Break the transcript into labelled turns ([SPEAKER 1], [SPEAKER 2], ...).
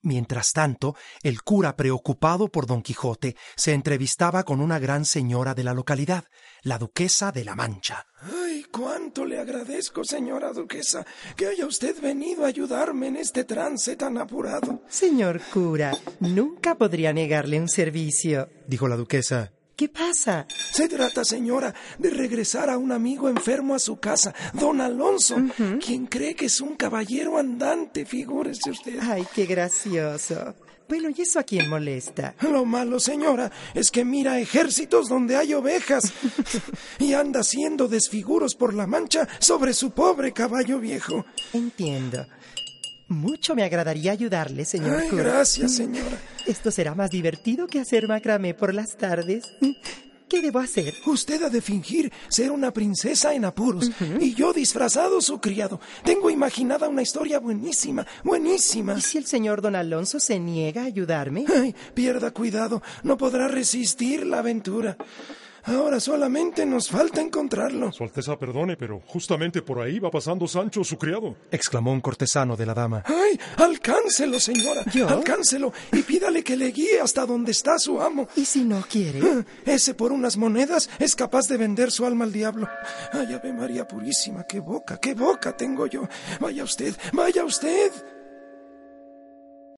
[SPEAKER 1] Mientras tanto, el cura, preocupado por don Quijote, se entrevistaba con una gran señora de la localidad, la duquesa de la Mancha.
[SPEAKER 2] Ay, cuánto le agradezco, señora duquesa, que haya usted venido a ayudarme en este trance tan apurado.
[SPEAKER 3] Señor cura, nunca podría negarle un servicio,
[SPEAKER 1] dijo la duquesa.
[SPEAKER 3] ¿Qué pasa?
[SPEAKER 2] Se trata, señora, de regresar a un amigo enfermo a su casa, don Alonso, uh -huh. quien cree que es un caballero andante, figúrese usted.
[SPEAKER 3] Ay, qué gracioso. Bueno, ¿y eso a quién molesta?
[SPEAKER 2] Lo malo, señora, es que mira ejércitos donde hay ovejas y anda haciendo desfiguros por la mancha sobre su pobre caballo viejo.
[SPEAKER 3] Entiendo. Mucho me agradaría ayudarle, señor.
[SPEAKER 2] Ay, cura. gracias, señora.
[SPEAKER 3] Esto será más divertido que hacer macramé por las tardes. ¿Qué debo hacer?
[SPEAKER 2] Usted ha de fingir ser una princesa en apuros uh -huh. y yo disfrazado su criado. Tengo imaginada una historia buenísima, buenísima.
[SPEAKER 3] ¿Y si el señor don Alonso se niega a ayudarme?
[SPEAKER 2] Ay, pierda cuidado, no podrá resistir la aventura. Ahora solamente nos falta encontrarlo.
[SPEAKER 4] Su Alteza perdone, pero justamente por ahí va pasando Sancho, su criado.
[SPEAKER 1] exclamó un cortesano de la dama.
[SPEAKER 2] ¡Ay! ¡Alcáncelo, señora! ¿Yo? ¡Alcáncelo! Y pídale que le guíe hasta donde está su amo.
[SPEAKER 3] ¿Y si no quiere?
[SPEAKER 2] Ah, ese por unas monedas es capaz de vender su alma al diablo. ¡Ay, Ave María Purísima! ¡Qué boca, qué boca tengo yo! ¡Vaya usted, vaya usted!